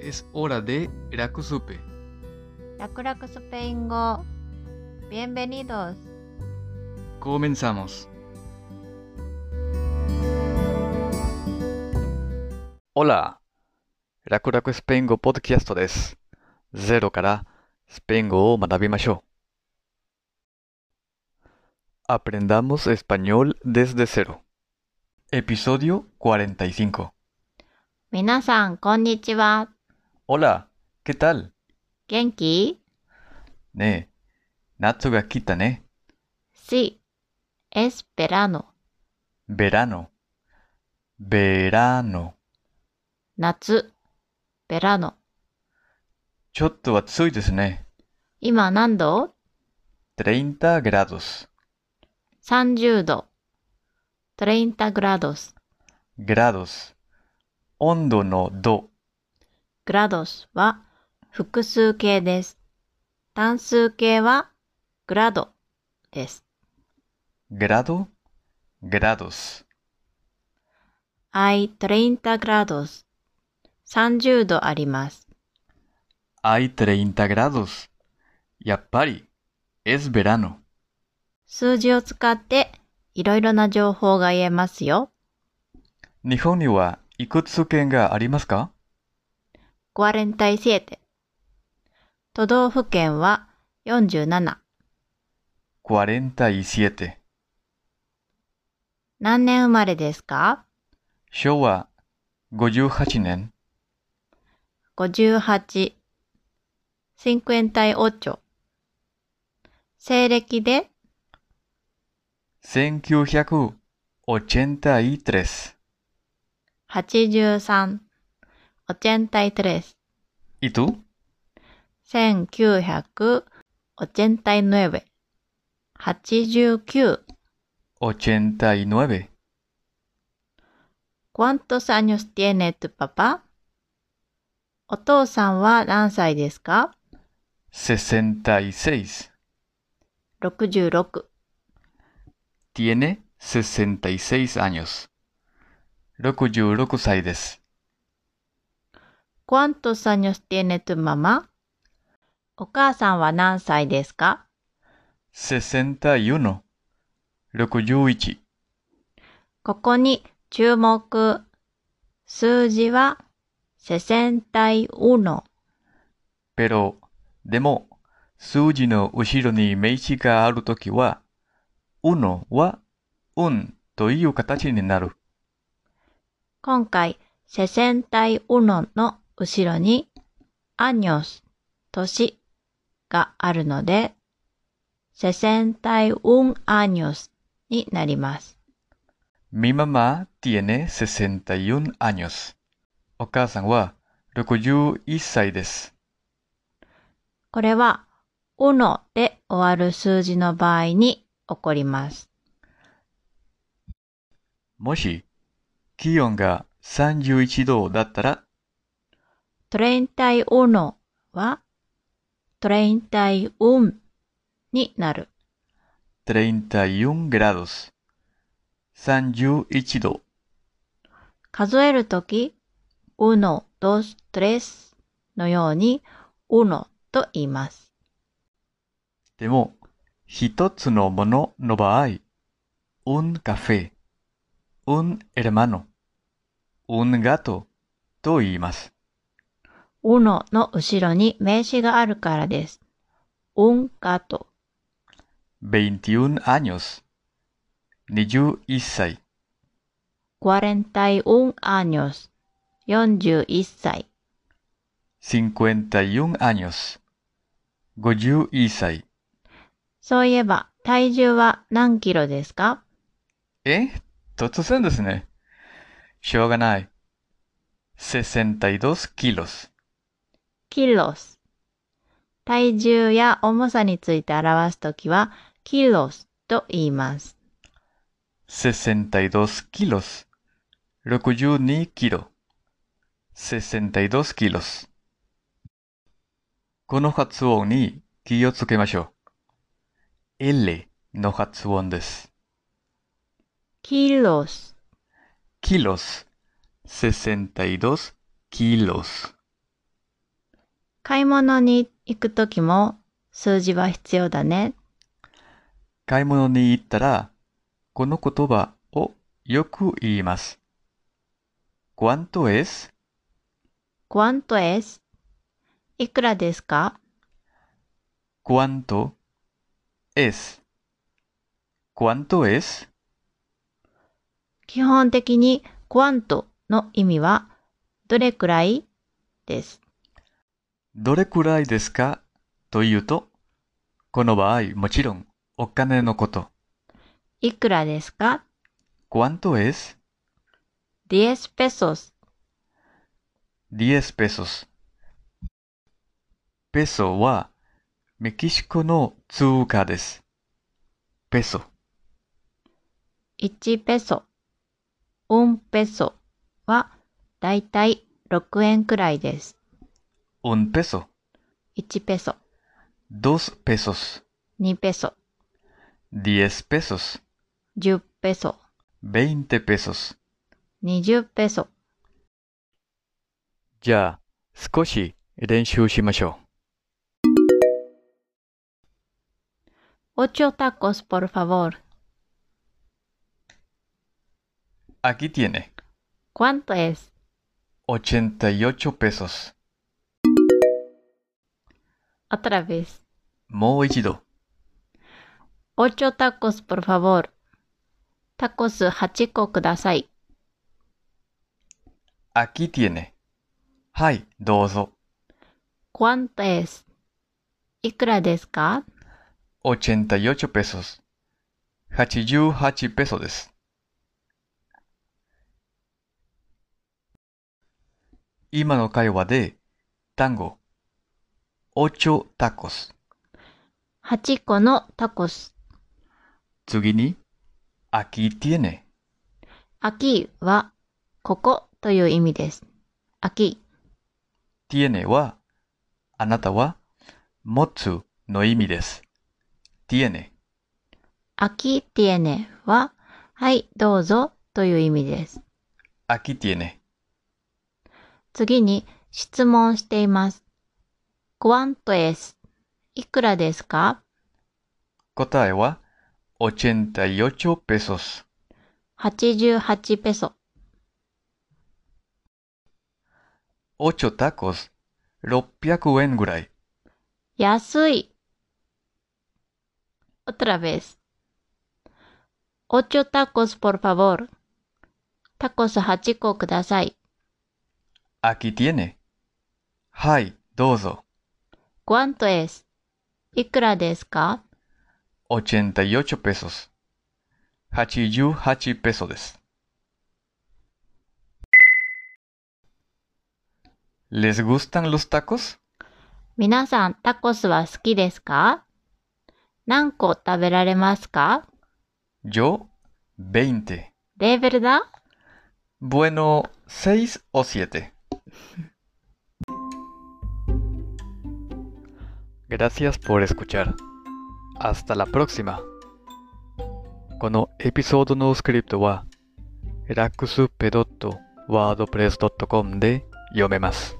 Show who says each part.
Speaker 1: Es hora de Rakusupe.
Speaker 2: 楽々スペイン語 Bienvenidos
Speaker 1: Comenzamos. Hola! ラクラクスペイン語ポッドキャストです。ゼロからスペイン語を学びましょう。Aprendamos español desde cero. Episodio 45.
Speaker 2: 皆さんこんにちは
Speaker 1: Hola! ¿Qué tal?
Speaker 2: 元気
Speaker 1: ねえ、夏が来たね。
Speaker 2: ?Sí es verano
Speaker 1: verano, verano.
Speaker 2: 夏 verano
Speaker 1: ちょっと暑いですね。
Speaker 2: 今何度
Speaker 1: 30 grados,
Speaker 2: ?30 度30 grados
Speaker 1: grados. 温度の度、
Speaker 2: grados は複数形です単数形は grado です
Speaker 1: grado, grados.
Speaker 2: Hay 30 grados 30度あります
Speaker 1: Hay 30 grados. やっぱり、es verano.
Speaker 2: 数字を使っていろいろな情報が言えますよ。
Speaker 1: 日本にはいくつ県がありますか
Speaker 2: 47都道府県は47
Speaker 1: ?47.
Speaker 2: 何年生まれですか
Speaker 1: 昭和58年、
Speaker 2: 58 58西暦で
Speaker 1: 1983.
Speaker 2: 83 83
Speaker 1: ¿Y tú?
Speaker 2: 1989 89
Speaker 1: 89.
Speaker 2: ¿Cuántos años tiene tu papá? お父さんは何歳ですか
Speaker 1: 66.
Speaker 2: ?66。
Speaker 1: Tiene 66 años. Rokuyuroku sai desu.
Speaker 2: ¿Cuántos años tiene tu mamá? お母さんは何歳ですか
Speaker 1: 61. Rokuyuichi.
Speaker 2: ここに注目。数字は61。
Speaker 1: Pero, demo, suji no ushiro ni meishi ga aru toki wa, uno wa un to iu katachi ni naru.
Speaker 2: 今回、61の後ろに、アニョス、年があるので、61アニョスになります。
Speaker 1: Mi mamá tiene 61 años. Okasan wa 61 sai desu.
Speaker 2: これは、うので終わる数字の場合に起こります。
Speaker 1: もし、気温が31度だったら、
Speaker 2: トレインタイオノは、トレインタイウンになる。
Speaker 1: 31 grados。31度。
Speaker 2: 数えるとき、うの、どす、トレスのように、うのと言います。
Speaker 1: でも、一つのものの場合、un café, un hermano, un gato と言います。
Speaker 2: うのの後ろに名詞があるからです。うんかと。
Speaker 1: 21 años。21歳。
Speaker 2: 41 años。41歳。
Speaker 1: 51 años。51歳。
Speaker 2: そういえば、体重は何キロですか
Speaker 1: え突然ですね。しょうがない。62 kilos。
Speaker 2: キロス。体重や重さについて表すときは、キロスと言います。
Speaker 1: 62 kilos. 62 kilo. 62 kilos. この発音に気をつけましょう。L の発音です。
Speaker 2: キロス。
Speaker 1: kilos. 62 kilos.
Speaker 2: 買い物に行くときも数字は必要だね。
Speaker 1: 買い物に行ったら、この言葉をよく言います。¿Cuánto es?
Speaker 2: ¿Cuánto es? いくらですか
Speaker 1: ¿Cuánto es? ¿Cuánto es?
Speaker 2: 基本的に quanto の意味はどれくらいです。
Speaker 1: どれくらいですかというと、この場合もちろんお金のこと。
Speaker 2: いくらですか
Speaker 1: ¿Cuánto es?
Speaker 2: ?10 pesos
Speaker 1: 10 pesos。ペソはメキシコの通貨です。ペソ。
Speaker 2: 1ペソ、un ペソはだいたい6円くらいです。
Speaker 1: un peso。
Speaker 2: 1ペソ、
Speaker 1: dos pesos。
Speaker 2: 2ペソ、
Speaker 1: 10 pesos。
Speaker 2: 10ペソ、
Speaker 1: 20 pesos。
Speaker 2: 20ペソ。
Speaker 1: じゃあ、少し練習しましょ
Speaker 2: Ocho tacos, por favor.
Speaker 1: う。aquí tiene
Speaker 2: ¿Cuánto es?
Speaker 1: 88 pesos。
Speaker 2: Otra vez.
Speaker 1: もう一度。
Speaker 2: Ocho tacos, por favor. タコス8個ください。
Speaker 1: aquí tiene。はい、どうぞ。
Speaker 2: ¿Cuánto es? いくらですか
Speaker 1: 88 pesos。88ペソです。今の会話で単語 ocho tacos。
Speaker 2: ?8 個のタコス。
Speaker 1: 次に aquí tiene
Speaker 2: aquí はここという意味です。aquí
Speaker 1: tiene はあなたは持つの意味です。tiene
Speaker 2: Aquí tiene は、はい、どうぞという意味です。
Speaker 1: aquí tiene
Speaker 2: 次に質問しています。¿Cuánto es? いくらですか
Speaker 1: 答えは88 pesos。
Speaker 2: ?88 ペソ。
Speaker 1: 8 tacos 600円ぐらい。
Speaker 2: 安い。otra vez。8 tacos por favor。タコス8個ください。
Speaker 1: Aquí tiene. はい、どうぞ。
Speaker 2: ¿Cuánto es? いくらですか
Speaker 1: 88 pesos。88ペソです。¿Les gustan los tacos?
Speaker 2: 皆さんタコスは好きですか何個食べられますか
Speaker 1: Yo, 20.
Speaker 2: レーベルだ
Speaker 1: Bueno, 6 o 7. Gracias por escuchar. Hasta la próxima. このエピソードのスクリプトは raxpe.wordpress.com で読めます。